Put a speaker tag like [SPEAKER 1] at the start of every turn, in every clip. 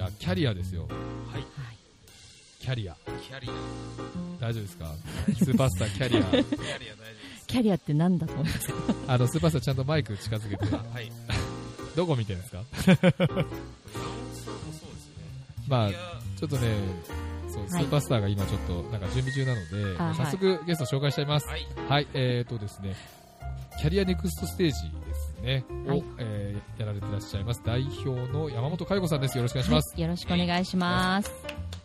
[SPEAKER 1] はキャリアですよ。
[SPEAKER 2] はい。
[SPEAKER 1] キャリア。
[SPEAKER 2] キャリア。
[SPEAKER 1] 大丈夫ですかスーパースターキャリ
[SPEAKER 2] キャリア大丈
[SPEAKER 3] キャリアってなんだと思いますか
[SPEAKER 1] ア。あの、スーパースターちゃんとマイク近づけて
[SPEAKER 2] 夫で、す。あ、はい。
[SPEAKER 1] どこ見てるんですか
[SPEAKER 2] 直木さんもそうですね。
[SPEAKER 1] まあ
[SPEAKER 2] キャリ、ア
[SPEAKER 1] ちょっとね、そう、ス
[SPEAKER 3] はい
[SPEAKER 1] ーパースターが今ちょっと、なんか準備中なので、
[SPEAKER 3] あはい
[SPEAKER 1] 早速ゲスト紹介しちゃいます。
[SPEAKER 2] はい。
[SPEAKER 1] はい、えーとですね、キャリアネクストステージですね、
[SPEAKER 3] はい
[SPEAKER 1] を、えーやられてらっしゃいます、代表の山本佳代子さんです。よろしくお願いします。
[SPEAKER 3] はい、よろしくお願いします。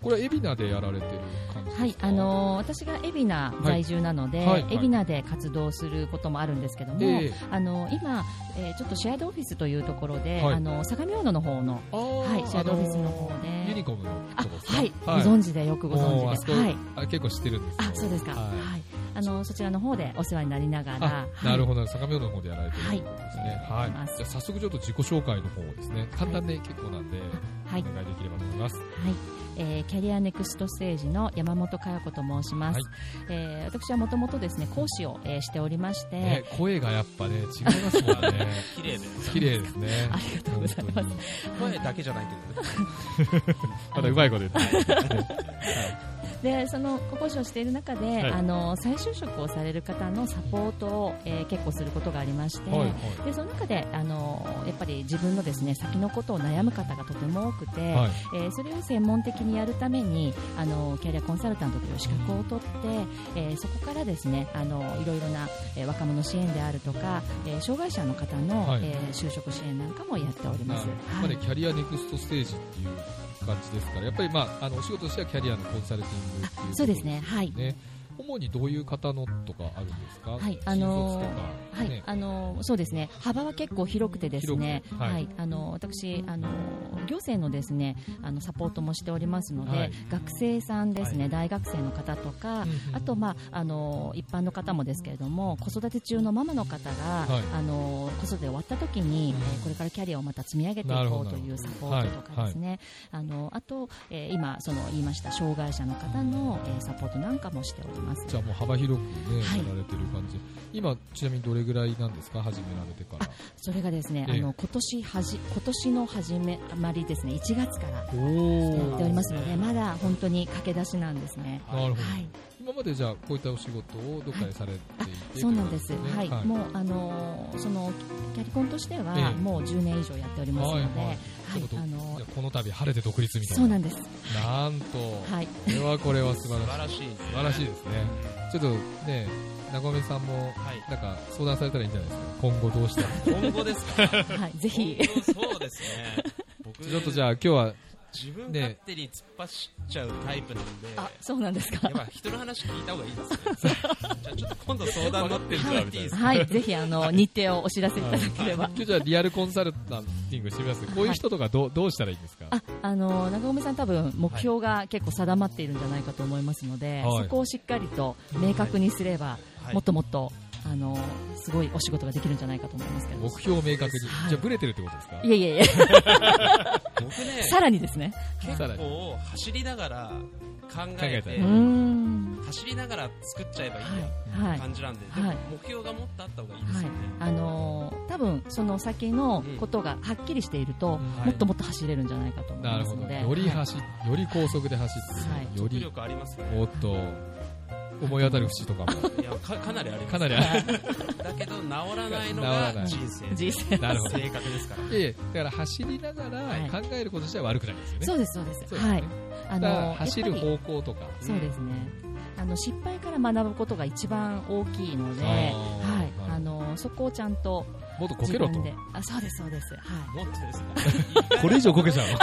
[SPEAKER 1] これは海老名でやられてる感じですか
[SPEAKER 3] はい、あ、のー私が海老名在住なので、
[SPEAKER 1] はいはいはい
[SPEAKER 3] 海老名で活動することもあるんですけども、
[SPEAKER 1] ええ
[SPEAKER 3] あのー今、えーちょっとシェアドオフィスというところで、
[SPEAKER 1] はい
[SPEAKER 3] あのー相模大野の方の、
[SPEAKER 1] あー
[SPEAKER 3] はいシェアドオフィスの方で
[SPEAKER 1] あーユニコムの
[SPEAKER 3] あ
[SPEAKER 1] とこですね
[SPEAKER 3] はい、ご存知でよくご
[SPEAKER 1] おーあ
[SPEAKER 3] 存知
[SPEAKER 1] そ
[SPEAKER 3] で、
[SPEAKER 1] こ
[SPEAKER 3] はい、
[SPEAKER 1] あ結構知ってるんですよ
[SPEAKER 3] あそうですか、
[SPEAKER 1] は
[SPEAKER 3] はいい、あのーそちらの方でお世話になりながら、
[SPEAKER 1] あ
[SPEAKER 3] はい
[SPEAKER 1] なるほど、相模大野の方でやられてるん
[SPEAKER 3] はい
[SPEAKER 1] ですね。
[SPEAKER 3] あ
[SPEAKER 1] はい。
[SPEAKER 3] ります
[SPEAKER 1] じゃあ早速ちょっと自己紹介の方をですね、簡単で結構なんで、
[SPEAKER 3] はい
[SPEAKER 1] お願いできればと思います。
[SPEAKER 3] はい、えーキャリアネクストステージの山本佳代子と申しま
[SPEAKER 1] は
[SPEAKER 3] す。
[SPEAKER 1] い
[SPEAKER 3] えー私はもともとですね講師を、えーしておりまして、
[SPEAKER 1] ね、声がやっぱね、違いますもん ね。
[SPEAKER 2] 綺麗で。
[SPEAKER 1] 綺麗ですね。
[SPEAKER 3] ありがとうございます
[SPEAKER 1] 本当に。
[SPEAKER 2] 声だけじゃないけどね。
[SPEAKER 1] まだうまいこと言ってない。
[SPEAKER 3] でその講師をしている中で、
[SPEAKER 1] い
[SPEAKER 3] あの再就職をされる方のサポートを、えー結構することがありまして、
[SPEAKER 1] はい
[SPEAKER 3] でその中であのやっぱり自分のですね先のことを悩む方がとても多くて、
[SPEAKER 1] はい。はい。
[SPEAKER 3] えーそれを専門的にやるためにあのキャリアコンサルタントという資格を取って、えーそこからですねあのいろいろな、えー若者支援であるとか、えー障害者の方の、
[SPEAKER 1] はい
[SPEAKER 3] えー就職支援なんかもやっており
[SPEAKER 1] ま
[SPEAKER 3] ま
[SPEAKER 1] あ
[SPEAKER 3] す。
[SPEAKER 1] やっぱりキャリアネクストステージっていう感じですから、やっぱりまあ、あの、お仕事としてはキャリアのコンサルティングっていうこと
[SPEAKER 3] あそうですね、はい、
[SPEAKER 1] ね。主にどういう方のとかあるんですか
[SPEAKER 3] はいあのー
[SPEAKER 1] 新卒とか
[SPEAKER 3] はい、
[SPEAKER 1] ね
[SPEAKER 3] あのそうですね幅は結構広くてですね、
[SPEAKER 1] 広くは
[SPEAKER 3] はいいあの私あの、行政のですねあのサポートもしておりますので、
[SPEAKER 1] はい
[SPEAKER 3] 学生さんですね、
[SPEAKER 2] は
[SPEAKER 3] 大学生の方とか、
[SPEAKER 1] うんうん
[SPEAKER 3] あと、まあ、あの一般の方もですけれども子育て中のママの方が、
[SPEAKER 1] はい
[SPEAKER 3] あの子育て終わった時に、
[SPEAKER 1] うん
[SPEAKER 3] えーこれからキャリアをまた積み上げてい
[SPEAKER 1] なるほ
[SPEAKER 3] こ
[SPEAKER 1] ど
[SPEAKER 3] うというサポートとかですね、あのあと、えー今その言いました障害者の方の、えーサポートなんかもしております。
[SPEAKER 1] じゃあもう幅広くね、
[SPEAKER 3] はい
[SPEAKER 1] やられてる感じ。今、ちなみにどれぐらいなんですか始められてから。
[SPEAKER 3] それがですね、
[SPEAKER 1] ええ
[SPEAKER 3] あの今年はじ今年の始めあまりですね1月からや
[SPEAKER 1] お
[SPEAKER 3] っておりますので、
[SPEAKER 2] そうなんですね
[SPEAKER 3] まだ本当に駆け出しなんですね。
[SPEAKER 1] なるほど。
[SPEAKER 3] はい、
[SPEAKER 1] 今までじゃあこういったお仕事をどっかでされて
[SPEAKER 3] あ
[SPEAKER 1] いて、
[SPEAKER 3] そうなんです。
[SPEAKER 1] といこと
[SPEAKER 3] はい、もうあのーそのキャリコンとしては、
[SPEAKER 1] ええ
[SPEAKER 3] もう10年以上やっておりますので、
[SPEAKER 1] は
[SPEAKER 3] はい
[SPEAKER 1] はいということ
[SPEAKER 3] い、あの
[SPEAKER 1] じ
[SPEAKER 3] ー
[SPEAKER 1] ゃあこの度晴れて独立みたいな。
[SPEAKER 3] そうなんです。
[SPEAKER 1] なんと、
[SPEAKER 3] はい、
[SPEAKER 1] これはこれは素晴らしい。
[SPEAKER 2] らしい。
[SPEAKER 1] 素晴らしいですね。ちょっとね、中込さんも、
[SPEAKER 2] はい。
[SPEAKER 1] なんか相談されたらいいんじゃないですか。今後どうしたら。
[SPEAKER 2] 今後ですか
[SPEAKER 3] はい、 ぜひ。
[SPEAKER 2] 今後そうですね。僕
[SPEAKER 1] ちょっとじゃあ今日は、
[SPEAKER 2] 自分勝手に突っ走っちゃうタイプなんで、
[SPEAKER 3] あ、そうなんです
[SPEAKER 2] や
[SPEAKER 3] か
[SPEAKER 2] っ。ぱ人の話聞いた方がいいですね。じゃあちょっと今度相談乗ってもらっていいですか
[SPEAKER 3] はい、ぜひあの日程をお知らせいただければ
[SPEAKER 1] 今。日じゃあリアルコンサルタンティングしてみます。こういう人とかどうどうしたらいいんですか
[SPEAKER 3] あ、あのー中込さん多分目標が結構定まっているんじゃないかと思いますので、
[SPEAKER 1] はい
[SPEAKER 3] そこをしっかりと明確にすれば、
[SPEAKER 2] はい
[SPEAKER 3] もっともっとあのーすごいお仕事ができるんじゃないかと思いますけど
[SPEAKER 1] 目。標を明確に。
[SPEAKER 3] はい
[SPEAKER 1] じゃあブレてるってことですか
[SPEAKER 3] いえいえいえ、
[SPEAKER 2] 僕ね、
[SPEAKER 3] さらにですね。
[SPEAKER 2] 結
[SPEAKER 1] さらに
[SPEAKER 2] 構走りながら考
[SPEAKER 1] 考え
[SPEAKER 2] え
[SPEAKER 1] た
[SPEAKER 2] て
[SPEAKER 1] り
[SPEAKER 3] うー、ん。
[SPEAKER 2] 走りながら作っちゃえばいいや
[SPEAKER 3] はい、はい。
[SPEAKER 2] 感じなんで、で
[SPEAKER 3] は
[SPEAKER 2] も
[SPEAKER 3] い
[SPEAKER 2] 目標がもっとあった方がいいです
[SPEAKER 3] は
[SPEAKER 2] よ
[SPEAKER 3] い
[SPEAKER 2] ね。、
[SPEAKER 3] あのー多分その先のことがはっきりしていると、
[SPEAKER 1] はい
[SPEAKER 3] もっともっと走れるんじゃないかと思い
[SPEAKER 1] なる
[SPEAKER 3] ま
[SPEAKER 1] ほ
[SPEAKER 3] す
[SPEAKER 1] ど。
[SPEAKER 3] ので、
[SPEAKER 1] より
[SPEAKER 3] はい
[SPEAKER 1] 走、より高速で走って、
[SPEAKER 3] はい
[SPEAKER 1] よ
[SPEAKER 2] 努
[SPEAKER 1] り、
[SPEAKER 2] 力ありますね。
[SPEAKER 1] おっと、思い当たる節とかも、
[SPEAKER 2] いやかかなりあります。
[SPEAKER 1] かなりある。
[SPEAKER 2] だけど治らない
[SPEAKER 1] 治
[SPEAKER 2] の
[SPEAKER 1] ら
[SPEAKER 2] が
[SPEAKER 1] ない
[SPEAKER 2] 人生。
[SPEAKER 3] 人 生
[SPEAKER 1] なるほど。
[SPEAKER 2] 性格ですか
[SPEAKER 1] い
[SPEAKER 2] ら。
[SPEAKER 1] えいえだから走りなが
[SPEAKER 3] はい
[SPEAKER 1] ら考えること自体は悪くないですよね。
[SPEAKER 3] そうですそうです
[SPEAKER 1] そうですね
[SPEAKER 3] はい
[SPEAKER 1] だ
[SPEAKER 3] あ
[SPEAKER 1] から
[SPEAKER 3] の
[SPEAKER 1] 走
[SPEAKER 3] や
[SPEAKER 1] る
[SPEAKER 3] っぱ
[SPEAKER 1] 方
[SPEAKER 3] り
[SPEAKER 1] 向とか。
[SPEAKER 3] そうですねあの失敗から学ぶことが一番大きいので、
[SPEAKER 1] あー
[SPEAKER 3] はい
[SPEAKER 1] なるほど
[SPEAKER 3] あのそこをちゃんと
[SPEAKER 1] もっとこけ
[SPEAKER 3] 自
[SPEAKER 1] ろと
[SPEAKER 3] 分。であそうですそ うですはい
[SPEAKER 2] もっとですね。
[SPEAKER 1] これ以上こけちゃうの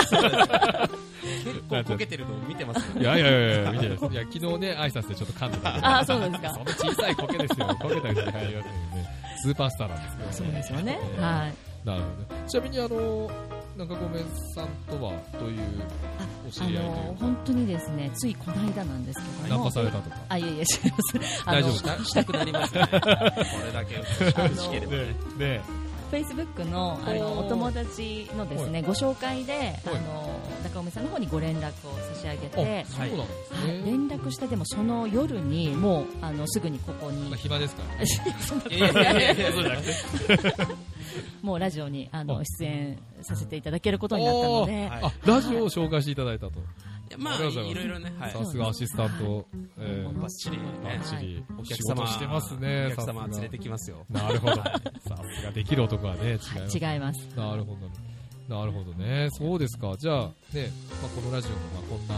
[SPEAKER 2] 結構こけてるのを見てます ね。
[SPEAKER 1] いやいやいや、見てないです。いや、昨日ね、挨拶でちょっと噛んでたんで。
[SPEAKER 3] あそうですか
[SPEAKER 1] その小さいコケですよ。コケたりして入りませんよね。スーパースターなんですけどね。
[SPEAKER 3] そうですよね
[SPEAKER 1] え、ー
[SPEAKER 3] はい
[SPEAKER 1] なるほどね。ちなみに、あの、中込さんとは、どういう
[SPEAKER 3] あ
[SPEAKER 1] お知
[SPEAKER 3] あ
[SPEAKER 1] り合いとい
[SPEAKER 3] の
[SPEAKER 1] うか、
[SPEAKER 3] 本当にですねついこの間なんですけど
[SPEAKER 1] ナン
[SPEAKER 3] も
[SPEAKER 1] パされたとか。
[SPEAKER 3] あいえいえ違いますあ の
[SPEAKER 1] 大丈夫
[SPEAKER 2] したしたくなりますよね。これだけ美しければ ね。
[SPEAKER 1] で、
[SPEAKER 3] フェイスブックのあの
[SPEAKER 1] はい
[SPEAKER 3] お友達のですねご紹介であ
[SPEAKER 1] はい
[SPEAKER 3] の中尾さんの方にご連絡を差し上げ
[SPEAKER 1] あ、
[SPEAKER 3] て、
[SPEAKER 1] そうな
[SPEAKER 3] は
[SPEAKER 1] ん
[SPEAKER 3] い
[SPEAKER 1] ですね。
[SPEAKER 3] 連絡してでもその夜にもうあのすぐにここに
[SPEAKER 1] まあ、暇ですからね。
[SPEAKER 2] いやいやいやいや、そうじゃなくて。
[SPEAKER 3] もうラジオにあ
[SPEAKER 1] あ
[SPEAKER 3] の出演させていただけることになったので
[SPEAKER 1] おー、あラジオを紹介していただいたと、
[SPEAKER 2] いやまあ、
[SPEAKER 1] ありがとうございます
[SPEAKER 2] いろいろね、はい。
[SPEAKER 1] さすがアシスタント、えー
[SPEAKER 2] バッチリ
[SPEAKER 1] バ
[SPEAKER 2] ね
[SPEAKER 1] ッチリ
[SPEAKER 2] お客
[SPEAKER 1] 仕
[SPEAKER 2] 様
[SPEAKER 1] 事してますね
[SPEAKER 2] お客様は
[SPEAKER 1] さすが
[SPEAKER 2] 連れてきますよ。
[SPEAKER 1] なるほど。さすができる男はね、違います、
[SPEAKER 3] はい違います。
[SPEAKER 1] なるほど。なるほどね。そうですか。じゃあ、ね、まあ、このラジオもまあこんな、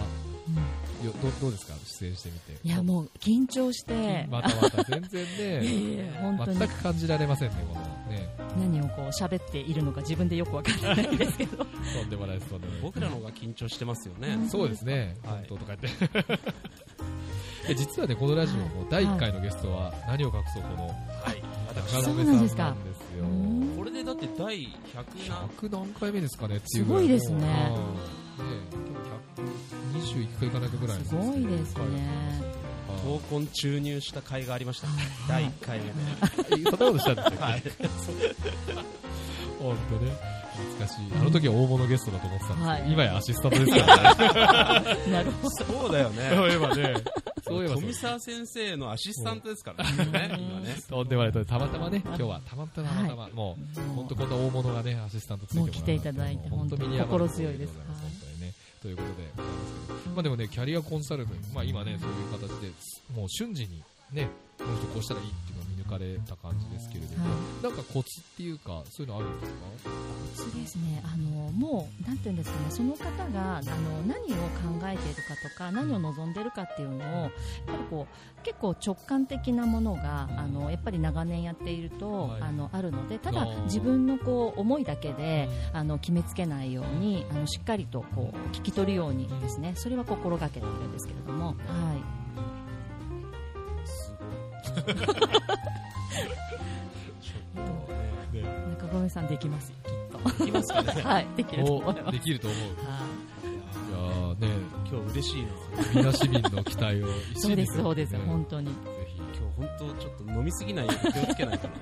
[SPEAKER 1] よどどうですか出演してみて。
[SPEAKER 3] いやもう緊張して、
[SPEAKER 1] またまた全然
[SPEAKER 3] いや
[SPEAKER 1] ね、
[SPEAKER 3] いや本当に
[SPEAKER 1] 全く感じられませんね、このね。
[SPEAKER 3] 何をこう喋っているのか自分でよくわかんないんです けど
[SPEAKER 1] とんでもないです、とんでもないで
[SPEAKER 2] 僕らの方が緊張してますよね。
[SPEAKER 1] す。そうですね。
[SPEAKER 2] はい
[SPEAKER 1] 本当とか言って。で実はね、このラジオも第1回のゲストは何を隠そう、この
[SPEAKER 2] はい。
[SPEAKER 1] 中
[SPEAKER 2] 私、
[SPEAKER 1] 野
[SPEAKER 3] そうなん
[SPEAKER 1] 目
[SPEAKER 3] です
[SPEAKER 1] さ
[SPEAKER 3] か
[SPEAKER 1] んなんですよ
[SPEAKER 3] う。ん
[SPEAKER 2] これでだって第100な、
[SPEAKER 1] 100何回目ですかねっていうぐら
[SPEAKER 3] すごいですね
[SPEAKER 1] うんね今日121回いかなくぐらい
[SPEAKER 3] すごいですね
[SPEAKER 1] は
[SPEAKER 2] 闘魂注入した回がありました。第1回目で。
[SPEAKER 1] いそんなことしたんですよ
[SPEAKER 2] はい。
[SPEAKER 1] 本当ね懐かしいあの時は大物ゲストだと思ってたんですけど、
[SPEAKER 3] はい
[SPEAKER 1] 今やアシスタントです からね
[SPEAKER 3] なるほど
[SPEAKER 2] そうだよ
[SPEAKER 1] そ
[SPEAKER 2] ね。
[SPEAKER 1] ういえば ねそういえばそう
[SPEAKER 2] 富澤先生のアシスタントですからね、今ね。
[SPEAKER 1] とんでもないとんでもないたまたまね今日はたまたまたまたま、もう本当こんな大物がねアシスタントついてもら
[SPEAKER 3] もう来ていただいて
[SPEAKER 1] もう
[SPEAKER 3] 本当に
[SPEAKER 1] 身に余る
[SPEAKER 3] 心強いです
[SPEAKER 1] 本当にねということでございますけどまあでもねキャリアコンサルティングまあ今ねそういう形でもう瞬時にねこの人こうしたらいいっていうのを見抜かれた感じですけれども、
[SPEAKER 3] は
[SPEAKER 1] なんかコツっていうかそういうのあるんですか
[SPEAKER 3] そうですねあのもうなんていうんですかねその方があの何を考えているかとか何を望んでるかっていうのをやっぱりこう結構直感的なものがあのやっぱり長年やっていると、
[SPEAKER 1] はい
[SPEAKER 3] あのあるのでただ
[SPEAKER 1] あー
[SPEAKER 3] 自分のこう思いだけであの決めつけないようにあのしっかりとこう聞き取るようにですねそれは心がけているんですけれども。はい
[SPEAKER 2] すごい。
[SPEAKER 1] ね
[SPEAKER 3] 中込さんできますよきっと
[SPEAKER 2] できますかね
[SPEAKER 3] はいできる と思いま
[SPEAKER 1] お
[SPEAKER 3] す
[SPEAKER 1] できると思ういや
[SPEAKER 3] はい
[SPEAKER 1] ーね
[SPEAKER 2] 今日嬉しいな。
[SPEAKER 1] みんな市民の期待を一
[SPEAKER 3] そ
[SPEAKER 1] 身
[SPEAKER 3] うで
[SPEAKER 1] に
[SPEAKER 3] すそうです
[SPEAKER 1] ね
[SPEAKER 3] 本当に
[SPEAKER 1] ぜひ
[SPEAKER 2] 今日本当ちょっと飲みすぎないように気をつけないとね。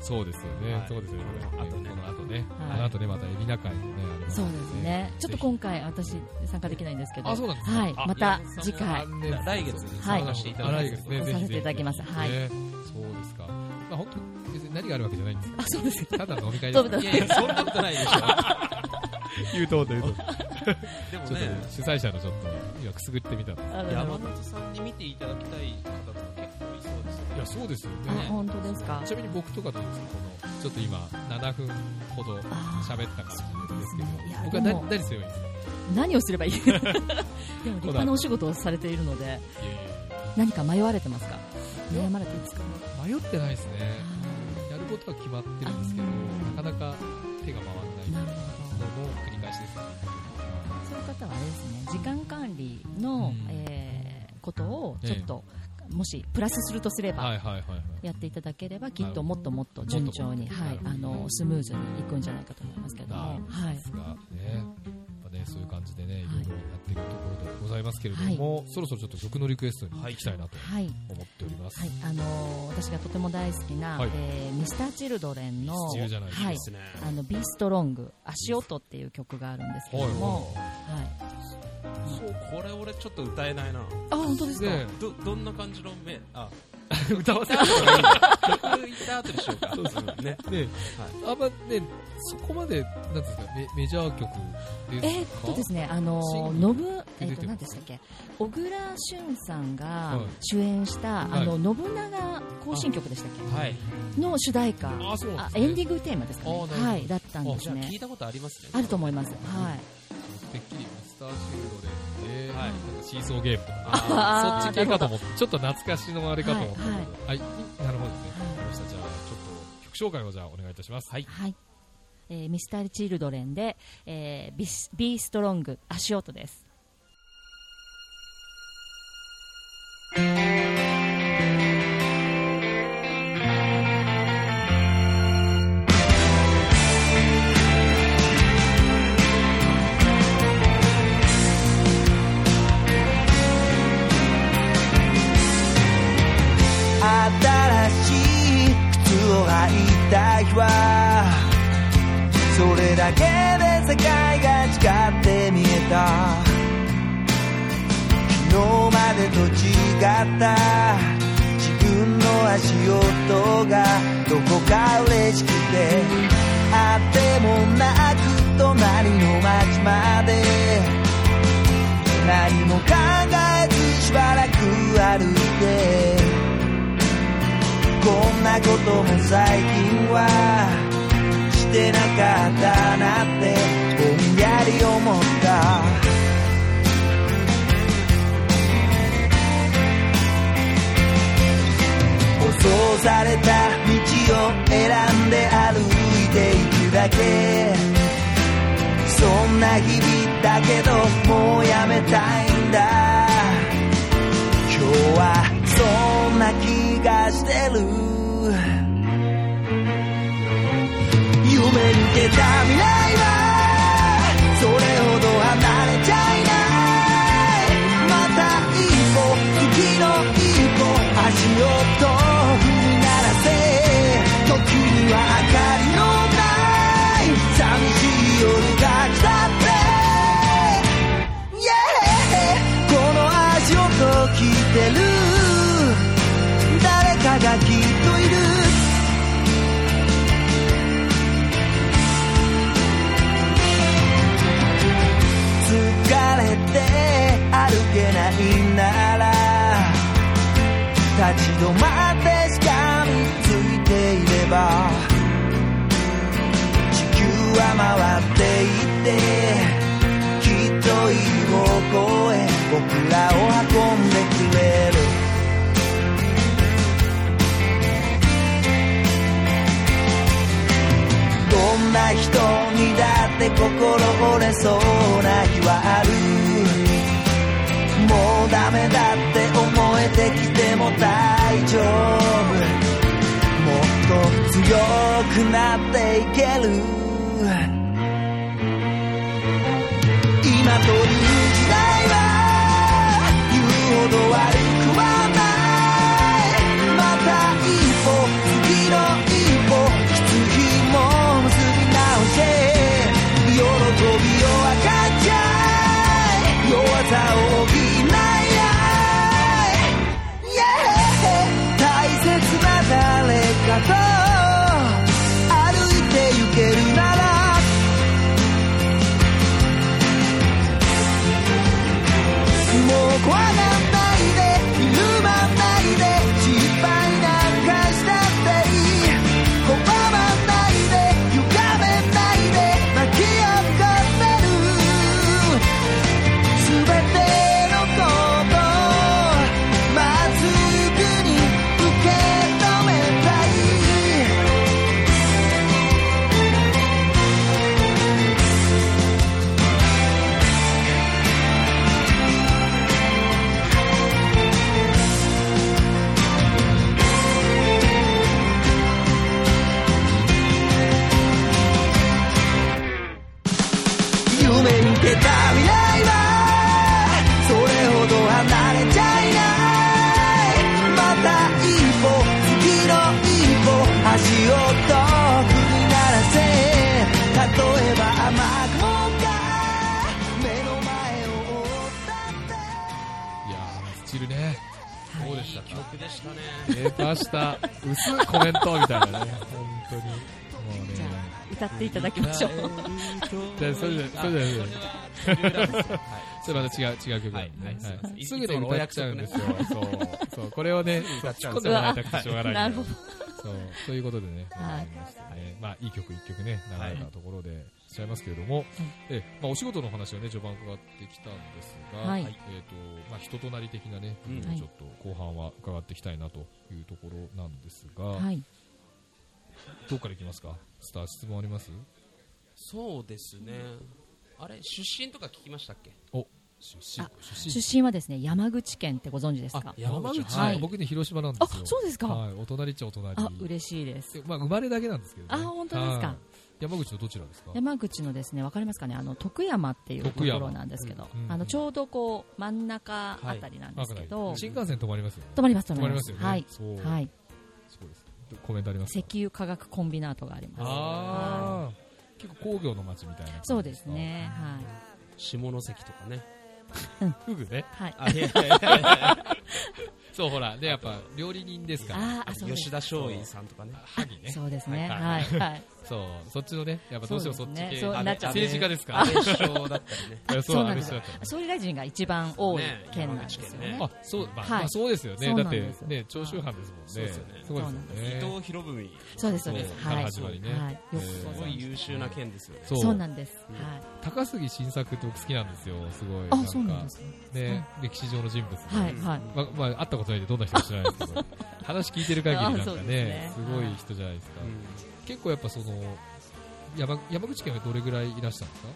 [SPEAKER 1] そうですよね、
[SPEAKER 2] はい
[SPEAKER 1] そうですよね。
[SPEAKER 2] この後ね
[SPEAKER 1] この後ね、
[SPEAKER 3] はい
[SPEAKER 1] この後ね、またエビナ会もね、あります
[SPEAKER 3] そ
[SPEAKER 1] か
[SPEAKER 3] う
[SPEAKER 1] ら
[SPEAKER 3] です。ねちょっと今回私参加できないんですけど
[SPEAKER 1] あ、そうなんですか。
[SPEAKER 3] はい
[SPEAKER 1] あ
[SPEAKER 3] また次回
[SPEAKER 1] 残念
[SPEAKER 2] 来月に
[SPEAKER 3] はい
[SPEAKER 2] 参加していた
[SPEAKER 1] あ
[SPEAKER 2] だ
[SPEAKER 1] 来
[SPEAKER 2] きま
[SPEAKER 1] 月
[SPEAKER 2] す。
[SPEAKER 1] ね、ぜひぜひ
[SPEAKER 3] させていただきますはい
[SPEAKER 1] ねそうですか。まあ、本当、別に何があるわけじゃないんです
[SPEAKER 3] あそうです
[SPEAKER 1] ただの飲み会ですから
[SPEAKER 3] そう
[SPEAKER 2] い。やいや、そんなことない でしょ。
[SPEAKER 1] 言うと、言うと。ちょ
[SPEAKER 2] でも
[SPEAKER 1] っとね
[SPEAKER 2] ね、
[SPEAKER 1] 主催者のちょっと、今くすぐってみたんです
[SPEAKER 3] あ
[SPEAKER 2] 山本さんに見ていただきたい方とか結構いそうですよね
[SPEAKER 1] いや、そうですよ
[SPEAKER 3] あ
[SPEAKER 1] ね。
[SPEAKER 3] 本当ですか
[SPEAKER 1] ちなみに僕とかどうですかこの、ちょっと今、7分ほど
[SPEAKER 3] あー
[SPEAKER 1] 喋った感じですけど
[SPEAKER 3] そうですねいや、
[SPEAKER 1] 僕は
[SPEAKER 3] でも
[SPEAKER 1] 何、何すればいいんですか
[SPEAKER 3] 何をすればいい でも立派なお仕事をされているので
[SPEAKER 1] いやいやいや
[SPEAKER 3] 何か迷われてますか悩まれてますか
[SPEAKER 1] 迷ってないですね
[SPEAKER 3] あ。
[SPEAKER 1] やることは決まってるんですけど、なかなか手が回らない
[SPEAKER 3] ー
[SPEAKER 1] の
[SPEAKER 3] なるほど
[SPEAKER 1] の繰り返しですね。
[SPEAKER 3] そういう方はあれですね時間管理の
[SPEAKER 1] うん
[SPEAKER 3] えーことをちょっともしプラスするとすれば
[SPEAKER 1] はいはいはいはい。
[SPEAKER 3] やっていただければきっともっともっと順調に、
[SPEAKER 1] なるほ
[SPEAKER 3] は
[SPEAKER 1] ど
[SPEAKER 3] い、あのスムーズにいくんじゃないかと思いますけど
[SPEAKER 1] な
[SPEAKER 3] も
[SPEAKER 1] る、
[SPEAKER 3] はい
[SPEAKER 1] ですがね、やっぱねそういう感じでねいろ
[SPEAKER 3] はい
[SPEAKER 1] いろやっていくところでございますけれども、そろそろちょっと曲のリクエストに行きたいなと
[SPEAKER 3] はい
[SPEAKER 1] 思っております。
[SPEAKER 3] はいあの私がとても大好きな、
[SPEAKER 1] はい
[SPEAKER 3] えー、ミスターチルドレンの
[SPEAKER 1] ミスチルじゃないですか
[SPEAKER 3] はい
[SPEAKER 2] ですね。
[SPEAKER 3] あのビーストロング足音っていう曲があるんですけども、はい
[SPEAKER 2] そう、これ俺ちょっと歌えないな。
[SPEAKER 3] あ本当ですか、
[SPEAKER 1] ね
[SPEAKER 2] ど、どんな感じの目、 あ、
[SPEAKER 1] 歌わせて
[SPEAKER 2] 曲言った後でしょうか。
[SPEAKER 1] そうです
[SPEAKER 2] ね。
[SPEAKER 1] ね、あんまねそこまでなんですかメメジャー曲
[SPEAKER 3] え
[SPEAKER 1] で
[SPEAKER 3] ー
[SPEAKER 1] す
[SPEAKER 3] っ
[SPEAKER 1] か。
[SPEAKER 3] とですね、あの
[SPEAKER 1] シングル
[SPEAKER 3] のぶ、え
[SPEAKER 1] 出て
[SPEAKER 3] ー、と、
[SPEAKER 1] ま
[SPEAKER 3] 何
[SPEAKER 1] す
[SPEAKER 3] でしたっけ。小倉旬さんが
[SPEAKER 1] はい
[SPEAKER 3] 主演した、
[SPEAKER 1] はい
[SPEAKER 3] あの信長行進曲でしたっ
[SPEAKER 2] はい。
[SPEAKER 3] け。の主題歌。
[SPEAKER 1] あそうなん
[SPEAKER 3] あ
[SPEAKER 1] ですね
[SPEAKER 3] エンディングテーマですか
[SPEAKER 1] あな
[SPEAKER 3] ね
[SPEAKER 1] るほ。ど
[SPEAKER 3] はい、だったんです
[SPEAKER 2] じゃあ聞
[SPEAKER 3] ね
[SPEAKER 2] い。たことありますね。
[SPEAKER 3] あると思います。はい。
[SPEAKER 1] てっきりミスターシールドで、
[SPEAKER 2] は
[SPEAKER 1] な
[SPEAKER 2] い
[SPEAKER 1] んかシーソーゲームとか、
[SPEAKER 2] あー
[SPEAKER 1] そっち系かと思って、ちょっと懐かしのあれかと思ったけど、
[SPEAKER 3] は
[SPEAKER 1] はいい、なるほどですね。わかりました。じゃあ、ちょっと曲紹介をじゃあお願いいたします。はい。
[SPEAKER 3] はい。えー、ミスターチルドレンで、えー、ビス、ビーストロング足音です。
[SPEAKER 4] 新しい靴を履いた日はそれだけで世界が違って見えた昨日までと違った自分の足音がどこか嬉しくてなことも最近はしてなかったなってぼんやり思った舗装された道を選んで歩いていくだけそんな日々だけどもうやめたいんだ今日はそんな気がしてる夢抜けた未来はそれほど離れちゃいないまた一歩月の一歩足音を踏み鳴らせ時には明かりのない寂しい夜が来たってイエーイこの足音を聞いてる誰かがきっといる疲れて歩けないなら立ち止まってしかみついていれば地球は回っていってきっといい方向へ僕らを運んでくれるどんな人にだって心折れそうな日はあるもうダメだって思えてきても大丈夫もっと強くなっていける今という時代は言うほど悪くはないまた一歩次の一歩きついも結び直して喜びを分かっちゃい弱さを補い合い Yeah 大切な誰かと歩いてゆけるならもう怖がんないで緩まないで失敗なんかしたっていい拒まないで歪めないで巻き起こってる全てのことまっすぐに受け止めたい夢見てた未来はそれほど離れちゃいないまた一歩次の一歩足音を踏み鳴らせ例えば雨雲が目の前を覆ったって
[SPEAKER 1] いやー、スチルね。どうでしたか
[SPEAKER 2] 曲でしたね。
[SPEAKER 1] 出ました。薄いコメントみたいなね。本当に。もうね
[SPEAKER 3] じゃ。あ歌っていただきましょう
[SPEAKER 1] じゃあ、それで、それで、それまた違う、違う曲
[SPEAKER 2] は
[SPEAKER 1] ないんでね
[SPEAKER 2] はい
[SPEAKER 1] は
[SPEAKER 2] すいませ
[SPEAKER 1] い。
[SPEAKER 2] ん
[SPEAKER 1] すぐで歌っちゃうんですよ。そう。そう、これをね、そう
[SPEAKER 2] ち
[SPEAKER 1] 突っ
[SPEAKER 2] ゃう
[SPEAKER 1] 込んでもらいたくてしょうがないから。
[SPEAKER 3] なるほど
[SPEAKER 1] そう、ということでね、
[SPEAKER 3] はい
[SPEAKER 1] ありましたねまあ、いい曲、一曲ね、流れたところでしちゃいますけれども、えまあ、お仕事の話はね、序盤伺ってきたんですが、
[SPEAKER 3] はい
[SPEAKER 1] えっと、まあ、人となり的なね、
[SPEAKER 2] う
[SPEAKER 1] 部
[SPEAKER 2] ん
[SPEAKER 1] 分をちょっと後半は伺っていきたいなというところなんですが、
[SPEAKER 3] はい
[SPEAKER 1] どっからいきますかスター質問あります
[SPEAKER 2] そうですね。あれ、出身とか聞きましたっけ
[SPEAKER 1] お、出身
[SPEAKER 3] あ、
[SPEAKER 1] 出身
[SPEAKER 3] 出身はですね山口県ってご存知です
[SPEAKER 1] あ
[SPEAKER 3] か、
[SPEAKER 2] 山口
[SPEAKER 1] は、
[SPEAKER 3] はいい
[SPEAKER 1] 僕ね、広島なんですよ。
[SPEAKER 3] あそうですか
[SPEAKER 1] はい、お隣っちゃお隣。
[SPEAKER 3] あ嬉しいです
[SPEAKER 1] でまあ、生まれだけなんですけど、ね。
[SPEAKER 3] あ本当ですか
[SPEAKER 1] はい。山口のどちらですか。
[SPEAKER 3] 山口のですねわかりますかねあの徳山っていうとこ
[SPEAKER 1] 徳山
[SPEAKER 3] ろなんですけど、
[SPEAKER 1] うんうん
[SPEAKER 3] あのちょうどこう真ん中あたりなんですけど、
[SPEAKER 1] あ新幹線止まりますよね。
[SPEAKER 3] 止まります
[SPEAKER 1] 止
[SPEAKER 3] 止
[SPEAKER 1] ま
[SPEAKER 3] ま
[SPEAKER 1] り
[SPEAKER 3] り
[SPEAKER 1] ま
[SPEAKER 3] ますす
[SPEAKER 1] よね。
[SPEAKER 3] はい
[SPEAKER 1] そう。
[SPEAKER 3] はい
[SPEAKER 1] そうです。コメントありますか
[SPEAKER 3] 石。油化学コンビナートがあります
[SPEAKER 1] ああ。結構工業の街みたいな感じか。
[SPEAKER 3] そうですねは
[SPEAKER 2] 下関とかね。
[SPEAKER 1] フグね。
[SPEAKER 3] い、はい、
[SPEAKER 2] あ、いやいやいやいや
[SPEAKER 1] そう、ほら、で、やっぱ料理人ですから。
[SPEAKER 3] あーあそうです
[SPEAKER 2] 吉田松陰さんとかね。
[SPEAKER 1] 萩ね。
[SPEAKER 3] そうですね
[SPEAKER 1] は
[SPEAKER 3] はいい
[SPEAKER 1] は
[SPEAKER 3] はいい、
[SPEAKER 1] そう、そっちのね、やっぱどうしてもそっち
[SPEAKER 3] そうです
[SPEAKER 1] 系、
[SPEAKER 3] ねそうなっちゃう
[SPEAKER 1] 政治家ですからね。
[SPEAKER 2] 安倍首相だったりね。
[SPEAKER 1] いや
[SPEAKER 3] そうなんで
[SPEAKER 1] 安
[SPEAKER 3] す
[SPEAKER 1] 倍首相だ
[SPEAKER 3] よ
[SPEAKER 1] った。
[SPEAKER 3] 総理大臣が一番多い県なんですよね。
[SPEAKER 2] ね
[SPEAKER 1] あ、そう、まあ、
[SPEAKER 3] はい
[SPEAKER 1] まあそうですよね。
[SPEAKER 3] そう
[SPEAKER 1] だ
[SPEAKER 3] な
[SPEAKER 1] っ
[SPEAKER 3] ん
[SPEAKER 1] て
[SPEAKER 3] です、
[SPEAKER 1] ね、長州藩ですもんね。
[SPEAKER 2] そうですよね
[SPEAKER 1] ごい
[SPEAKER 2] 伊
[SPEAKER 1] ですよね。
[SPEAKER 2] 藤博文。
[SPEAKER 3] そうですそうです。
[SPEAKER 1] そうか
[SPEAKER 3] は
[SPEAKER 1] ら
[SPEAKER 3] い。
[SPEAKER 1] 始まりね
[SPEAKER 3] はい。よく
[SPEAKER 1] えー
[SPEAKER 2] す
[SPEAKER 3] ご
[SPEAKER 2] ご
[SPEAKER 3] 存
[SPEAKER 2] い
[SPEAKER 3] 知。
[SPEAKER 2] 優秀な県ですよね。
[SPEAKER 1] そう
[SPEAKER 3] そうなんです。
[SPEAKER 2] うん
[SPEAKER 3] はい。
[SPEAKER 1] 高杉晋作って僕好きなんですよ、すごい。
[SPEAKER 3] あ、そうなんですね。
[SPEAKER 1] ね、歴史上の人物で。
[SPEAKER 3] はいはい。
[SPEAKER 1] ままあ、会ったことないんでどんな人か知らないですけ ど、話聞いてる限りなん
[SPEAKER 3] あそ
[SPEAKER 1] か
[SPEAKER 3] うです
[SPEAKER 1] ね
[SPEAKER 3] ね、
[SPEAKER 1] すごい人じゃないですか。結構やっぱその、山山口県はどれぐらいいらしたんですか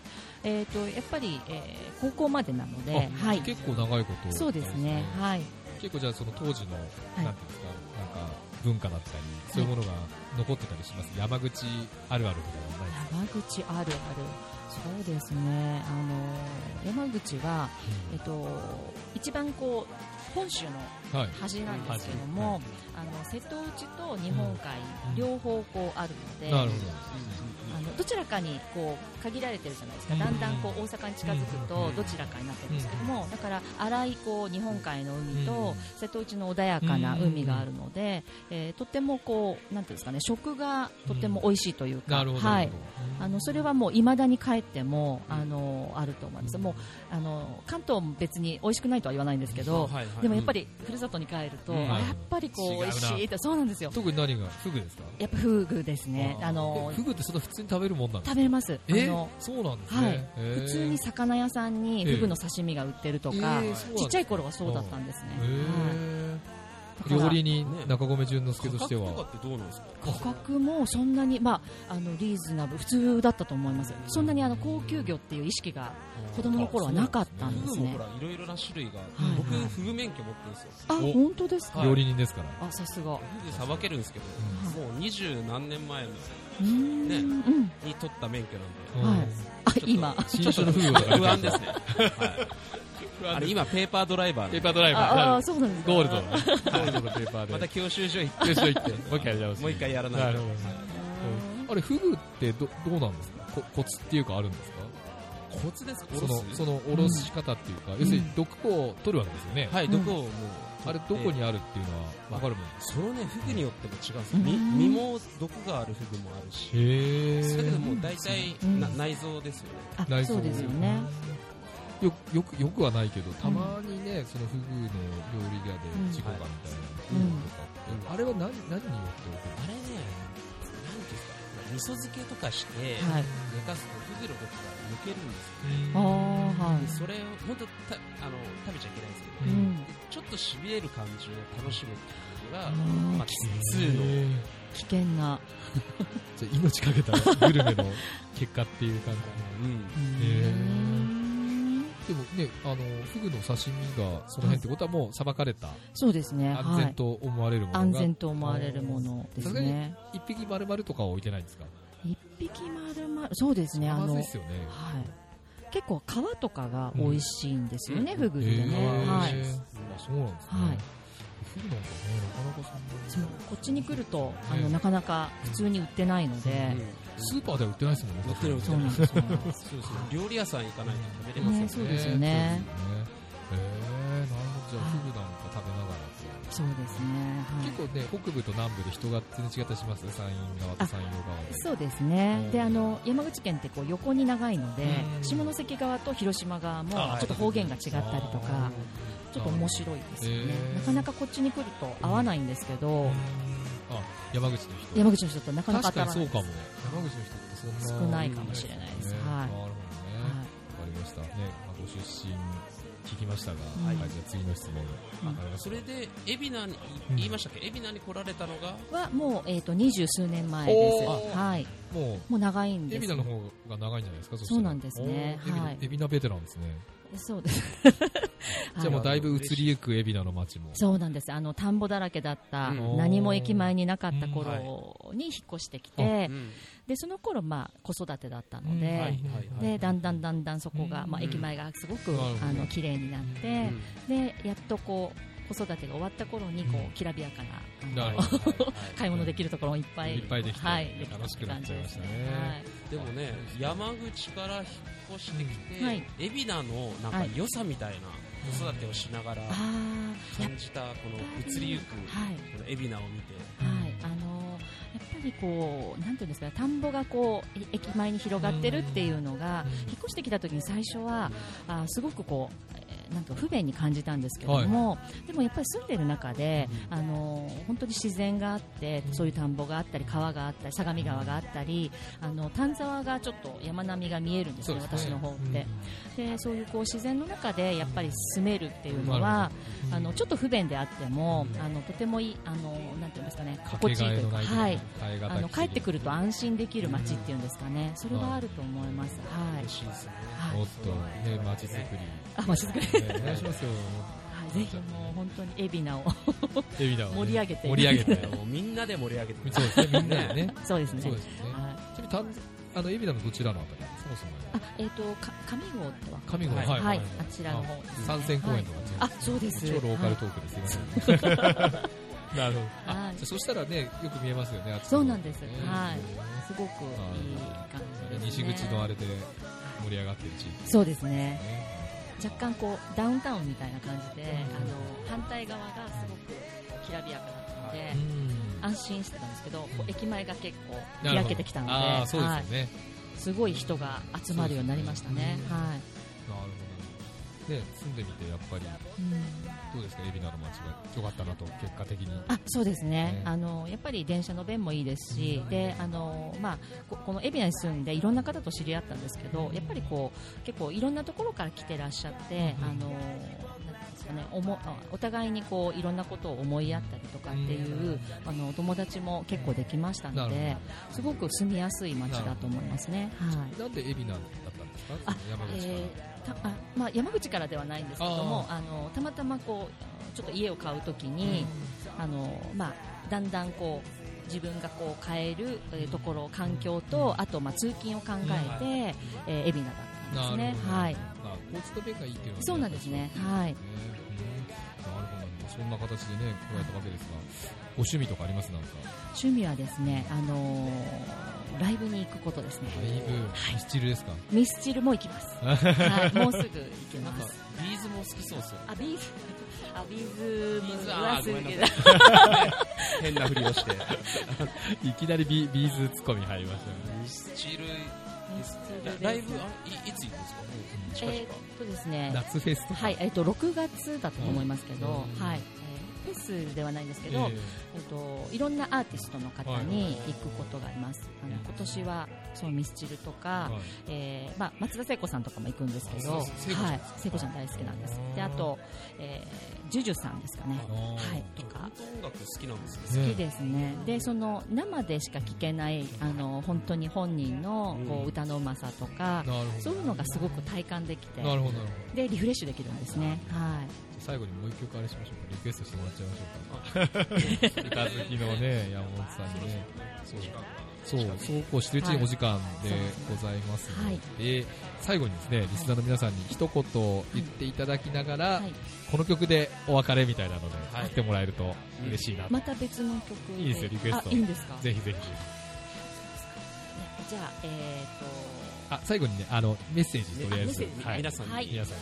[SPEAKER 3] えっとやっぱりえー高校までなので、
[SPEAKER 1] あ
[SPEAKER 3] はい。
[SPEAKER 1] 結構長いこと。
[SPEAKER 3] そうですね。はい。
[SPEAKER 1] 結構じゃあその当時の、なんていう
[SPEAKER 3] い
[SPEAKER 1] んですか、なんか文化だったり、そういうものが残ってたりします。山口あるあるみたいなのはないですか
[SPEAKER 3] 山口あるある。そうですね。あの山口はえっと一番こう本州の
[SPEAKER 1] うんはい。
[SPEAKER 3] 端なんですけど
[SPEAKER 1] は
[SPEAKER 3] も
[SPEAKER 1] い、
[SPEAKER 3] あの瀬戸内と日本海
[SPEAKER 1] うん
[SPEAKER 3] 両方こうあるので。
[SPEAKER 1] なるほ
[SPEAKER 3] あのどちらかにこう限られてるじゃないですか、
[SPEAKER 1] うん
[SPEAKER 3] だんだんこう大阪に近づく
[SPEAKER 1] うんうん
[SPEAKER 3] と
[SPEAKER 1] うん
[SPEAKER 3] どちらかになってるんですけども、だから荒いこう日本海の海
[SPEAKER 1] うん
[SPEAKER 3] と瀬戸内の穏やかな海があるので、えーとてもこうなんていうんですかね食がとても美味しいという
[SPEAKER 1] ど。な
[SPEAKER 3] か、
[SPEAKER 1] るほど。
[SPEAKER 3] は
[SPEAKER 1] な
[SPEAKER 3] い
[SPEAKER 1] る、ほど
[SPEAKER 3] あのそれはもう未だに帰ってもあのあると思います、もうあの関東も別に美味しくないとは言わないんですけど、でもやっぱりふるさとに帰ると、
[SPEAKER 2] うん
[SPEAKER 3] あやっぱりこ
[SPEAKER 1] 違う
[SPEAKER 3] う
[SPEAKER 1] な
[SPEAKER 3] 美味しいってそうなんですよ
[SPEAKER 1] 特に何がフグですか
[SPEAKER 3] やっぱフグですねあの
[SPEAKER 1] えフグってそんな普通に食べるもんなんです
[SPEAKER 3] 食
[SPEAKER 1] か
[SPEAKER 3] べれますあ
[SPEAKER 1] え
[SPEAKER 3] の
[SPEAKER 1] そうなんです
[SPEAKER 3] はい
[SPEAKER 1] ね。へー
[SPEAKER 3] 普通に魚屋さんにフグの刺身が売ってるとか、
[SPEAKER 1] えーそうなんですね
[SPEAKER 3] ちっちゃい頃はそうだったんですね、はい
[SPEAKER 1] へ
[SPEAKER 3] だか
[SPEAKER 1] ー
[SPEAKER 3] ら
[SPEAKER 1] 料理人、中込淳之介として
[SPEAKER 2] 価
[SPEAKER 1] は。
[SPEAKER 2] 格とかってどうなんですか
[SPEAKER 3] 価格もそんなに、まあ、あのリーズナブル普通だったと思いますそんなにあの高級魚っていう意識が子供の頃はなかったんで
[SPEAKER 2] フ
[SPEAKER 3] す
[SPEAKER 2] グも
[SPEAKER 3] ね
[SPEAKER 2] ほらいろいろな種類が
[SPEAKER 3] い
[SPEAKER 2] 僕フグ免許持ってるんですよ
[SPEAKER 3] あ
[SPEAKER 1] お
[SPEAKER 3] 本当ですか
[SPEAKER 2] はい
[SPEAKER 1] 料理人ですから。
[SPEAKER 3] あさ
[SPEAKER 2] フ
[SPEAKER 3] すが
[SPEAKER 2] グさばけるんですけどもう二十何年前の
[SPEAKER 3] うーん、
[SPEAKER 2] ね
[SPEAKER 3] うん
[SPEAKER 2] に取った免許なん
[SPEAKER 1] う
[SPEAKER 2] で
[SPEAKER 1] ん
[SPEAKER 3] はいあ
[SPEAKER 2] ちょっと
[SPEAKER 3] 今
[SPEAKER 1] 新種のフグを食べ
[SPEAKER 2] 不
[SPEAKER 1] て
[SPEAKER 2] 安ですねはいあれ今ペーパードライバーなん
[SPEAKER 1] ペ
[SPEAKER 2] で
[SPEAKER 1] ーパードライ
[SPEAKER 3] あ
[SPEAKER 1] バ
[SPEAKER 3] あそうなんで
[SPEAKER 1] ー。
[SPEAKER 3] すか
[SPEAKER 1] ゴー ルド。ゴールドのペーパーで。
[SPEAKER 2] また教習所行って
[SPEAKER 1] よし行って、もう一回やり直して
[SPEAKER 2] もう一回やらない
[SPEAKER 1] るほどあれ、フグってどどうなんですかこコツっていうかあるんですか
[SPEAKER 2] コツですか
[SPEAKER 1] その、その、おろし方っていうか、要するに毒を取るわけですよね。
[SPEAKER 2] はい
[SPEAKER 3] うん
[SPEAKER 2] どこをもう
[SPEAKER 1] あれ、どこにあるっていうのはわかるもん
[SPEAKER 2] そのねフグによっても違うんですよみ
[SPEAKER 3] うん
[SPEAKER 2] 身も毒があるフグもあるし
[SPEAKER 1] へ
[SPEAKER 2] だけどもう大体
[SPEAKER 3] うん
[SPEAKER 2] な内臓ですよね
[SPEAKER 3] あそうですよね。
[SPEAKER 1] よく、よく、よくはないけど、たまにね、そのフグの料理屋で事故がみたいなのとかって、
[SPEAKER 2] うん
[SPEAKER 1] あれは何、何によって起こる
[SPEAKER 2] あれね何ていうんですか味噌漬けとかして寝
[SPEAKER 3] はい
[SPEAKER 2] かすとフグの毒が抜けるんですよ
[SPEAKER 3] ああは
[SPEAKER 2] で
[SPEAKER 3] い
[SPEAKER 2] それを本当たあの食べちゃいけないんですけ
[SPEAKER 1] う
[SPEAKER 3] う
[SPEAKER 2] ど、
[SPEAKER 3] ん
[SPEAKER 2] ちょっとしびれる感じを楽しむっていうの
[SPEAKER 3] あ
[SPEAKER 2] が、ま
[SPEAKER 3] ー
[SPEAKER 2] あ、キツの
[SPEAKER 1] へー
[SPEAKER 3] 危険な、
[SPEAKER 1] じゃあ命かけたグルメの結果っていう感じ。
[SPEAKER 2] うん
[SPEAKER 1] へー
[SPEAKER 3] うん
[SPEAKER 1] でもね、あの、フグの刺身がその辺ってことはもうさばかれた、
[SPEAKER 3] そうですね
[SPEAKER 1] 安
[SPEAKER 3] は
[SPEAKER 1] 全
[SPEAKER 3] い
[SPEAKER 1] と思われるものが。
[SPEAKER 3] 安全と思われるもので
[SPEAKER 1] さす
[SPEAKER 3] す
[SPEAKER 1] がに
[SPEAKER 3] ね
[SPEAKER 1] 一匹丸々とかは置いてないんですか
[SPEAKER 3] 一匹丸々そうですねあ
[SPEAKER 1] まず
[SPEAKER 3] の、
[SPEAKER 1] い
[SPEAKER 3] は
[SPEAKER 1] で
[SPEAKER 3] い
[SPEAKER 1] すよね。、
[SPEAKER 3] 結構皮とかが美味しいんですよね、
[SPEAKER 2] うん
[SPEAKER 3] フグってね、
[SPEAKER 1] へー
[SPEAKER 3] はい
[SPEAKER 1] あそうなんですね。
[SPEAKER 3] はい
[SPEAKER 1] フグなんかね、なかなかそ
[SPEAKER 3] そ
[SPEAKER 1] ん
[SPEAKER 3] う
[SPEAKER 1] な。
[SPEAKER 3] こっちに来るとあの、
[SPEAKER 1] うん
[SPEAKER 3] なかなか普通に売ってないので、
[SPEAKER 1] スーパーでは売ってないですもんね。
[SPEAKER 2] 売ってる売って
[SPEAKER 3] そう
[SPEAKER 2] る
[SPEAKER 3] なんですよ、ね、
[SPEAKER 2] そうそう料理屋さん行かないと食べれません
[SPEAKER 3] ねそうで
[SPEAKER 1] そうです
[SPEAKER 3] すよね
[SPEAKER 1] よねえー、なるほど。じゃあ、フグなんか食べながらっていう
[SPEAKER 3] そうですね、はい
[SPEAKER 1] 結構ね、北部と南部で人が全然違ったりします山陰側と
[SPEAKER 3] あ
[SPEAKER 1] 山陽側で。
[SPEAKER 3] そうですね
[SPEAKER 1] うん
[SPEAKER 3] であの山口県ってこう横に長いので
[SPEAKER 1] うん
[SPEAKER 3] 下関側と広島側もち
[SPEAKER 2] あ
[SPEAKER 3] ょっと方言が違ったりとかちょっと面白いですよね
[SPEAKER 1] へー
[SPEAKER 3] なかなかこっちに来ると合わないんですけど
[SPEAKER 1] あ、山口の人。
[SPEAKER 3] 山口の人となかなか
[SPEAKER 1] 確
[SPEAKER 3] 当た
[SPEAKER 1] からに
[SPEAKER 3] ない
[SPEAKER 1] そうかも
[SPEAKER 3] は。
[SPEAKER 1] 山口の人ってそんな
[SPEAKER 3] 少ないかもしれないです
[SPEAKER 1] ね
[SPEAKER 3] はい
[SPEAKER 1] なるほどね。わかりました。ね、まあご出身聞きましたが、は、
[SPEAKER 3] はいい
[SPEAKER 1] じゃあ次の質問を。
[SPEAKER 3] うん
[SPEAKER 1] わかりました
[SPEAKER 2] それで海老名に
[SPEAKER 1] うん
[SPEAKER 2] 言いましたっけ海老名に来られたのが
[SPEAKER 3] いはもうえっ、と二十数年前です
[SPEAKER 1] おー
[SPEAKER 3] はい
[SPEAKER 1] もう。
[SPEAKER 3] もう長いん
[SPEAKER 1] エ
[SPEAKER 3] で
[SPEAKER 1] ビ
[SPEAKER 3] す
[SPEAKER 1] ナの方が長いんじゃないですか
[SPEAKER 3] そうなんですね
[SPEAKER 1] おー
[SPEAKER 3] は
[SPEAKER 1] エ
[SPEAKER 3] い
[SPEAKER 1] ビナエビナベテランですね。
[SPEAKER 3] そうです
[SPEAKER 1] じゃあもう
[SPEAKER 3] はい
[SPEAKER 1] だいぶ移りゆくエビナの街も。
[SPEAKER 3] そうなんですあの田んぼだらけだった、
[SPEAKER 2] うん
[SPEAKER 3] 何も駅前になかった頃に引っ越してきて、
[SPEAKER 2] うん
[SPEAKER 3] でその頃まあ子育てだったので、
[SPEAKER 1] うんはい
[SPEAKER 3] でだんだんだんだんそこが、
[SPEAKER 1] うん
[SPEAKER 3] まあ、駅前がすごく、
[SPEAKER 1] なるほど
[SPEAKER 3] あの綺麗になって、
[SPEAKER 2] うん
[SPEAKER 3] でやっとこう子育てが終わった頃にこ
[SPEAKER 1] うん
[SPEAKER 3] うきらびやかなあの
[SPEAKER 1] なるほど。
[SPEAKER 3] 買い物できるところもいっぱい
[SPEAKER 1] いっぱいできて
[SPEAKER 3] はい、
[SPEAKER 1] ね
[SPEAKER 3] できた
[SPEAKER 1] 楽しくなっちゃいましたね
[SPEAKER 3] って感じです
[SPEAKER 2] でもね山口から引っ越してきて、
[SPEAKER 3] うんはい
[SPEAKER 2] 海老名のなんか
[SPEAKER 3] はい
[SPEAKER 2] 良さみたいな子育てをしながら
[SPEAKER 3] はい、あ
[SPEAKER 2] 感じたこの移りゆく
[SPEAKER 3] あはい
[SPEAKER 2] この海老名を見て
[SPEAKER 3] はいあのーやっぱりりこうなんていうんですかね田んぼがこうえ駅前に広がってるっていうのが引っ越してきた時に最初はあーすごくこうえーなんか不便に感じたんですけども、でもやっぱり住んでる中で、あのー本当に自然があってそういう田んぼがあったり川があったり相模川があったりあの丹沢がちょっと山並みが見えるんですね私の方って、でそういうこう自然の中でやっぱり住めるっていうのは、あのちょっと不便であっても、あのとてもいいあのなんていうんですかね心地いいというか、はい、あの帰ってく
[SPEAKER 1] る
[SPEAKER 3] ると安心できる街っていうんですかね、それはあると思います。はい、
[SPEAKER 2] しいですね。
[SPEAKER 3] は
[SPEAKER 1] も
[SPEAKER 3] い
[SPEAKER 1] っ、とね街づく
[SPEAKER 3] あ、まあ、静かに
[SPEAKER 1] り、ね、お願いしますよ
[SPEAKER 3] はい、ぜひもう本当に海老名を
[SPEAKER 1] エビダをね
[SPEAKER 3] 盛り上げて
[SPEAKER 1] 盛り上げ て
[SPEAKER 2] もうみんなで盛り上げてくだ
[SPEAKER 1] そう
[SPEAKER 2] さい
[SPEAKER 1] ですねみんなでね
[SPEAKER 3] そうですね。
[SPEAKER 1] そうですね
[SPEAKER 3] は
[SPEAKER 1] ち
[SPEAKER 3] い、
[SPEAKER 1] なみにたんあのエビダのどちらのあたりそもそも
[SPEAKER 3] あ、えっ、とか上郷ってわか
[SPEAKER 1] 上郷
[SPEAKER 2] はい
[SPEAKER 3] はい、あちらの方ですね。
[SPEAKER 1] 三線公園とか
[SPEAKER 3] はいあ、そうです。
[SPEAKER 1] 超ローカル
[SPEAKER 3] はい
[SPEAKER 1] トークですいませんなるほどあじゃ
[SPEAKER 3] はい
[SPEAKER 1] あそしたらねよく見えますよねあっちの方
[SPEAKER 3] そうなんです
[SPEAKER 1] ね
[SPEAKER 3] はい
[SPEAKER 1] ね
[SPEAKER 3] すごくいい感じです
[SPEAKER 1] 西
[SPEAKER 3] ね。
[SPEAKER 1] 口のあれで盛り上がってる地域で
[SPEAKER 3] そうですね。
[SPEAKER 1] すね
[SPEAKER 3] 若干こうダウンタウンみたいな感じで、あの反対側がすごくきらびやかだったので、安心してたんですけど、こう駅前が結構
[SPEAKER 1] なるほ
[SPEAKER 3] 開
[SPEAKER 1] ど
[SPEAKER 3] けてきたので
[SPEAKER 1] あーそうです
[SPEAKER 3] は
[SPEAKER 1] よ
[SPEAKER 3] い、
[SPEAKER 1] ね、
[SPEAKER 3] すごい人が集まるようになりましたね。
[SPEAKER 1] そうですね
[SPEAKER 3] はい
[SPEAKER 1] なるほどね住んでみてやっぱり
[SPEAKER 3] うん
[SPEAKER 1] どうですか海老名の街が良かったなと結果的に
[SPEAKER 3] あそうですね
[SPEAKER 1] ね
[SPEAKER 3] あのやっぱり電車の便もいいですし、であのまあ、ここの海老名に住んでいろんな方と知り合ったんですけどやっぱりこう結構いろんなところから来てらっしゃって、
[SPEAKER 1] うん
[SPEAKER 3] あのなんていうんですかね、おもあお互いにこういろんなことを思いやったりとかっていう、あのお友達も結構できました
[SPEAKER 1] な
[SPEAKER 3] の
[SPEAKER 1] る
[SPEAKER 3] で
[SPEAKER 1] ほ
[SPEAKER 3] すごく住みやすい街だと思いますね。はい
[SPEAKER 1] どなんで海老名だったんですか
[SPEAKER 3] あ
[SPEAKER 1] その山口から、
[SPEAKER 3] えーたあまあ、山口からではないんですけどもあのたまたまこうちょっと家を買うときに、あのまあ、だんだんこう自分がこう変えるえーところ環境とあとまあ通勤を考えて、えー海老名だったんですね。
[SPEAKER 1] な
[SPEAKER 3] は
[SPEAKER 1] る
[SPEAKER 3] い
[SPEAKER 1] ほど、まあ交通の便がいいっていうのは
[SPEAKER 3] そうなんですねはい
[SPEAKER 1] ねうんなるほど、そんな形でね、来られたわけですが、ご趣味とかありますなんか、
[SPEAKER 3] 趣味はですね、あのーライブに行くことですね、
[SPEAKER 1] だいぶ、スチルですか、
[SPEAKER 3] ミスチルも行きま す、はい、もうすぐ行き
[SPEAKER 2] なん
[SPEAKER 3] ま
[SPEAKER 2] か
[SPEAKER 3] す、
[SPEAKER 2] ビーズも好きそうですよ。
[SPEAKER 3] あビーズあビーズ
[SPEAKER 2] ビーズ
[SPEAKER 3] は
[SPEAKER 2] あー
[SPEAKER 3] す
[SPEAKER 2] ご
[SPEAKER 3] ぐ
[SPEAKER 2] めんな
[SPEAKER 3] け
[SPEAKER 2] さ
[SPEAKER 3] ど
[SPEAKER 2] い。変なふりをして。
[SPEAKER 1] いきなりビビーズツッコミ入りましたね。
[SPEAKER 2] ミスチル
[SPEAKER 3] ミスチルです
[SPEAKER 2] ライブあいいつ行くんですか近々
[SPEAKER 3] えーっとですね、
[SPEAKER 1] 夏フェスとか、
[SPEAKER 3] はい、えっと、6月だと思いますけど、
[SPEAKER 1] うん
[SPEAKER 3] はい、えーフェスではないんですけ
[SPEAKER 1] え
[SPEAKER 3] ど、
[SPEAKER 1] ー
[SPEAKER 3] えっと、いろんなアーティストの方に行くことがあります。あの今年は、そのミスチルとか、
[SPEAKER 1] はい
[SPEAKER 3] えーまあ、松田聖子さんとかも行くんですけど、
[SPEAKER 1] あ
[SPEAKER 3] は
[SPEAKER 1] そうそう聖子ちゃん
[SPEAKER 3] い、聖子ちゃん大好きなんです。で、あと、えー、ジュジュさんですかね
[SPEAKER 1] あ。のー
[SPEAKER 3] はい、とか
[SPEAKER 2] 本。当音楽好きなんですね。
[SPEAKER 3] 好きですね。で、その生でしか聴けない、あの、本当に本人の、こ
[SPEAKER 2] うん
[SPEAKER 3] う、歌のうまさと
[SPEAKER 1] な
[SPEAKER 3] か、
[SPEAKER 1] るほ
[SPEAKER 3] そういうのがすごく体感できて
[SPEAKER 1] ど、、なるほど、なるほ
[SPEAKER 3] で、リフレッシュできるんですね。はい。
[SPEAKER 1] ど、最後にもう一曲あれしましょうか、リクエストしてもらっちゃいましょうか、歌好きのね、山本さんにね。そう
[SPEAKER 2] 時間が
[SPEAKER 1] そう、そうこうしてるうちにお時間でございますので、最後にですね、リスナーの皆さんに一言言っていただきながら、
[SPEAKER 3] はい。
[SPEAKER 1] この曲でお別れみたいなので、
[SPEAKER 2] は
[SPEAKER 1] 言
[SPEAKER 2] い
[SPEAKER 1] ってもらえると嬉しいなと、
[SPEAKER 3] また別の曲
[SPEAKER 1] いいですよリクエスト
[SPEAKER 3] あいいんですか
[SPEAKER 1] ぜひぜひ。
[SPEAKER 3] じゃあえっ、と
[SPEAKER 1] あ、最後にね、あの、メッセージとりあえ
[SPEAKER 3] メッ
[SPEAKER 1] ず
[SPEAKER 3] セー、ジ
[SPEAKER 1] はい、
[SPEAKER 2] 皆さんに
[SPEAKER 3] はい
[SPEAKER 1] 皆さん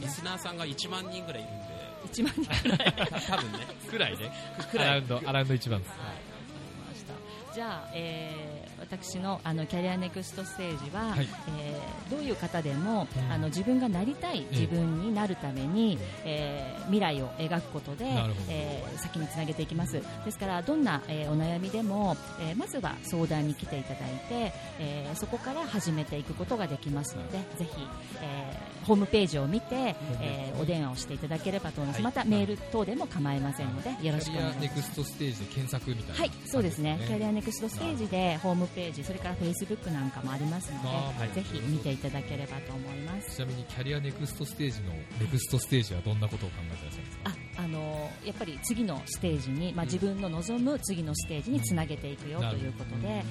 [SPEAKER 2] リスナーさんが1万人ぐらいいるん
[SPEAKER 3] 一万人 くらいわか
[SPEAKER 2] で、多分ね、
[SPEAKER 1] くらいね、
[SPEAKER 2] く
[SPEAKER 1] ア
[SPEAKER 2] ら
[SPEAKER 1] ラ
[SPEAKER 2] い
[SPEAKER 1] ウンド、アラウンド一番です。
[SPEAKER 3] りましたじゃあ、えー私のあのキャリアネクストステージは、
[SPEAKER 1] はい
[SPEAKER 3] えーどういう方でも、
[SPEAKER 1] うん
[SPEAKER 3] あの自分がなりたい自分になるために、えー未来を描くことで
[SPEAKER 1] なるほど、
[SPEAKER 3] えー先につなげていきますですからどんな、えーお悩みでも、えーまずは相談に来ていただいて、えーそこから始めていくことができますのでぜひ、えーホームページを見て、えーお電話をしていただければと思います、
[SPEAKER 1] はい
[SPEAKER 3] またメール等でも構いませんのでよろし
[SPEAKER 1] キ
[SPEAKER 3] く
[SPEAKER 1] ャ
[SPEAKER 3] お
[SPEAKER 1] リアネ
[SPEAKER 3] 願いします
[SPEAKER 1] クストステージで検索みたいな、
[SPEAKER 3] はい、そうですね。キャリア
[SPEAKER 1] ネ
[SPEAKER 3] ネクストステージでホームページ、それからフェイスブックなんかもあります
[SPEAKER 1] あーは
[SPEAKER 3] の
[SPEAKER 1] い
[SPEAKER 3] で、ぜひ見ていただければと思います。
[SPEAKER 1] ちなみにキャリアネクストステージのネクストステージはどんなことを考えてらっしゃるんですか
[SPEAKER 3] あ、あのーやっぱり次のステージに、まあ自分の望む次のステージにつなげていくよ
[SPEAKER 1] なる
[SPEAKER 3] と
[SPEAKER 1] ほど
[SPEAKER 3] いうことで、はい、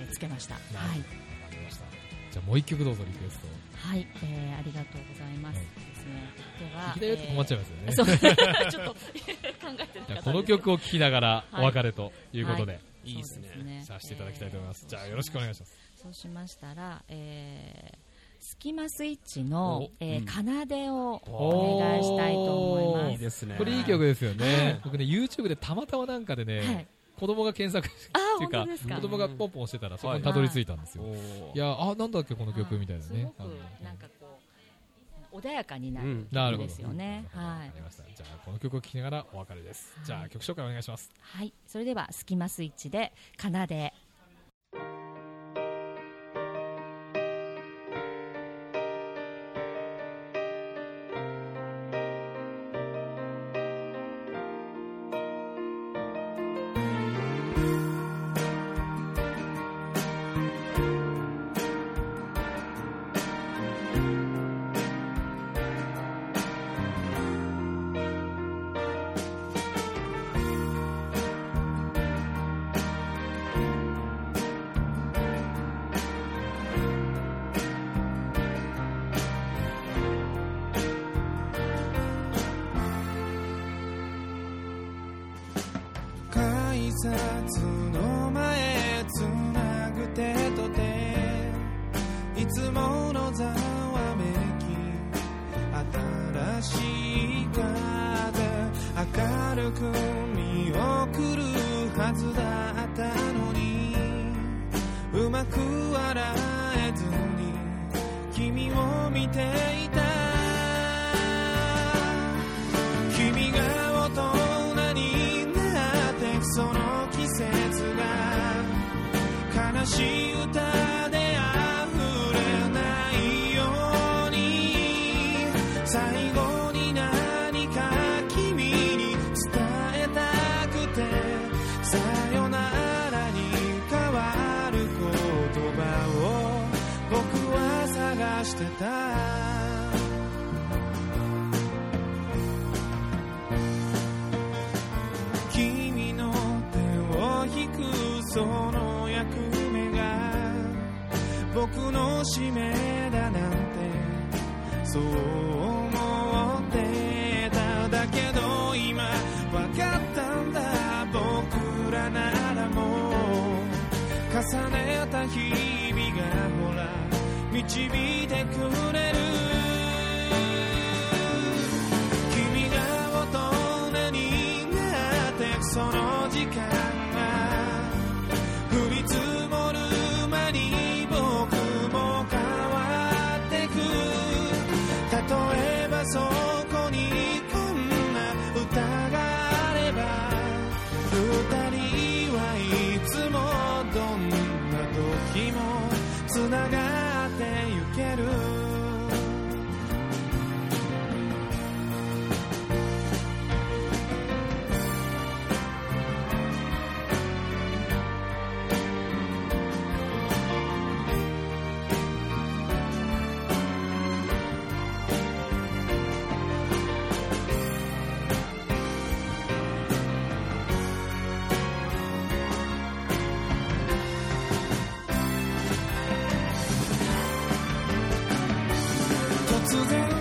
[SPEAKER 3] えーつけました。
[SPEAKER 1] なる
[SPEAKER 3] は
[SPEAKER 1] ほど、
[SPEAKER 3] い
[SPEAKER 1] わかりました。じゃあもう一曲どうぞリクエストを。
[SPEAKER 3] はい、えーありがとうございます。
[SPEAKER 1] はい
[SPEAKER 3] ですね。では、
[SPEAKER 1] いきなり困っちゃいますよね。
[SPEAKER 3] そう、 ちょっと考えてな
[SPEAKER 1] じゃ
[SPEAKER 3] かっ
[SPEAKER 1] あ
[SPEAKER 3] た
[SPEAKER 1] この
[SPEAKER 3] を
[SPEAKER 1] 曲を聴きながら
[SPEAKER 3] はい
[SPEAKER 1] お別れということ
[SPEAKER 3] は
[SPEAKER 1] で、
[SPEAKER 2] いいですね。
[SPEAKER 1] させていただきたいと思います。じゃあよろしくお願いします。
[SPEAKER 3] そうしましたら、えー、スキマスイッチの
[SPEAKER 1] お、
[SPEAKER 3] え
[SPEAKER 2] うん
[SPEAKER 3] ー、奏でをお願いしたいと思います。
[SPEAKER 2] ですね
[SPEAKER 1] これいい曲ですよ
[SPEAKER 3] は
[SPEAKER 1] ね
[SPEAKER 3] い。
[SPEAKER 1] 僕ね、YouTube でたまたまなんかで
[SPEAKER 3] はい
[SPEAKER 1] ね、子供が検索し
[SPEAKER 3] あ
[SPEAKER 1] っていう
[SPEAKER 3] 本
[SPEAKER 1] か
[SPEAKER 3] 当です
[SPEAKER 1] 子
[SPEAKER 3] か
[SPEAKER 1] 供がポンポン押してたらそこ
[SPEAKER 2] は
[SPEAKER 1] に
[SPEAKER 2] い
[SPEAKER 1] たどり着いたんですよ、
[SPEAKER 2] お
[SPEAKER 1] い、やあなんだっけこの曲みたいな
[SPEAKER 3] す
[SPEAKER 1] ね
[SPEAKER 3] ごくなんかこう穏やかにな
[SPEAKER 2] う
[SPEAKER 3] る
[SPEAKER 2] ん
[SPEAKER 1] なる
[SPEAKER 3] ん
[SPEAKER 1] ほど
[SPEAKER 3] ですよね、は
[SPEAKER 1] わ
[SPEAKER 3] い
[SPEAKER 1] かりましたじゃあこの曲を聴きながらお別れですじゃあ曲紹介お願いします
[SPEAKER 3] はい、それではスキマスイッチで奏で
[SPEAKER 4] 改札の前つなぐ手と手いつものざわめき新しい風明るく見送るはずだったのにうまく笑えずに君を見ていた君が大人になってくその季節が悲しい歌で溢れないように最後に何か君に伝えたくてさよならに変わる言葉を僕は探してた君の手を引くその役目が僕の使命だなんてそう思ってただけど今わかったんだ僕らならもう重ねた日々がほら導いてくれる君が大人になってくその時間が降り積もる間に僕も変わってく例えばそこにこんな歌があれば二人はいつもどんな時も繋がってゆける突然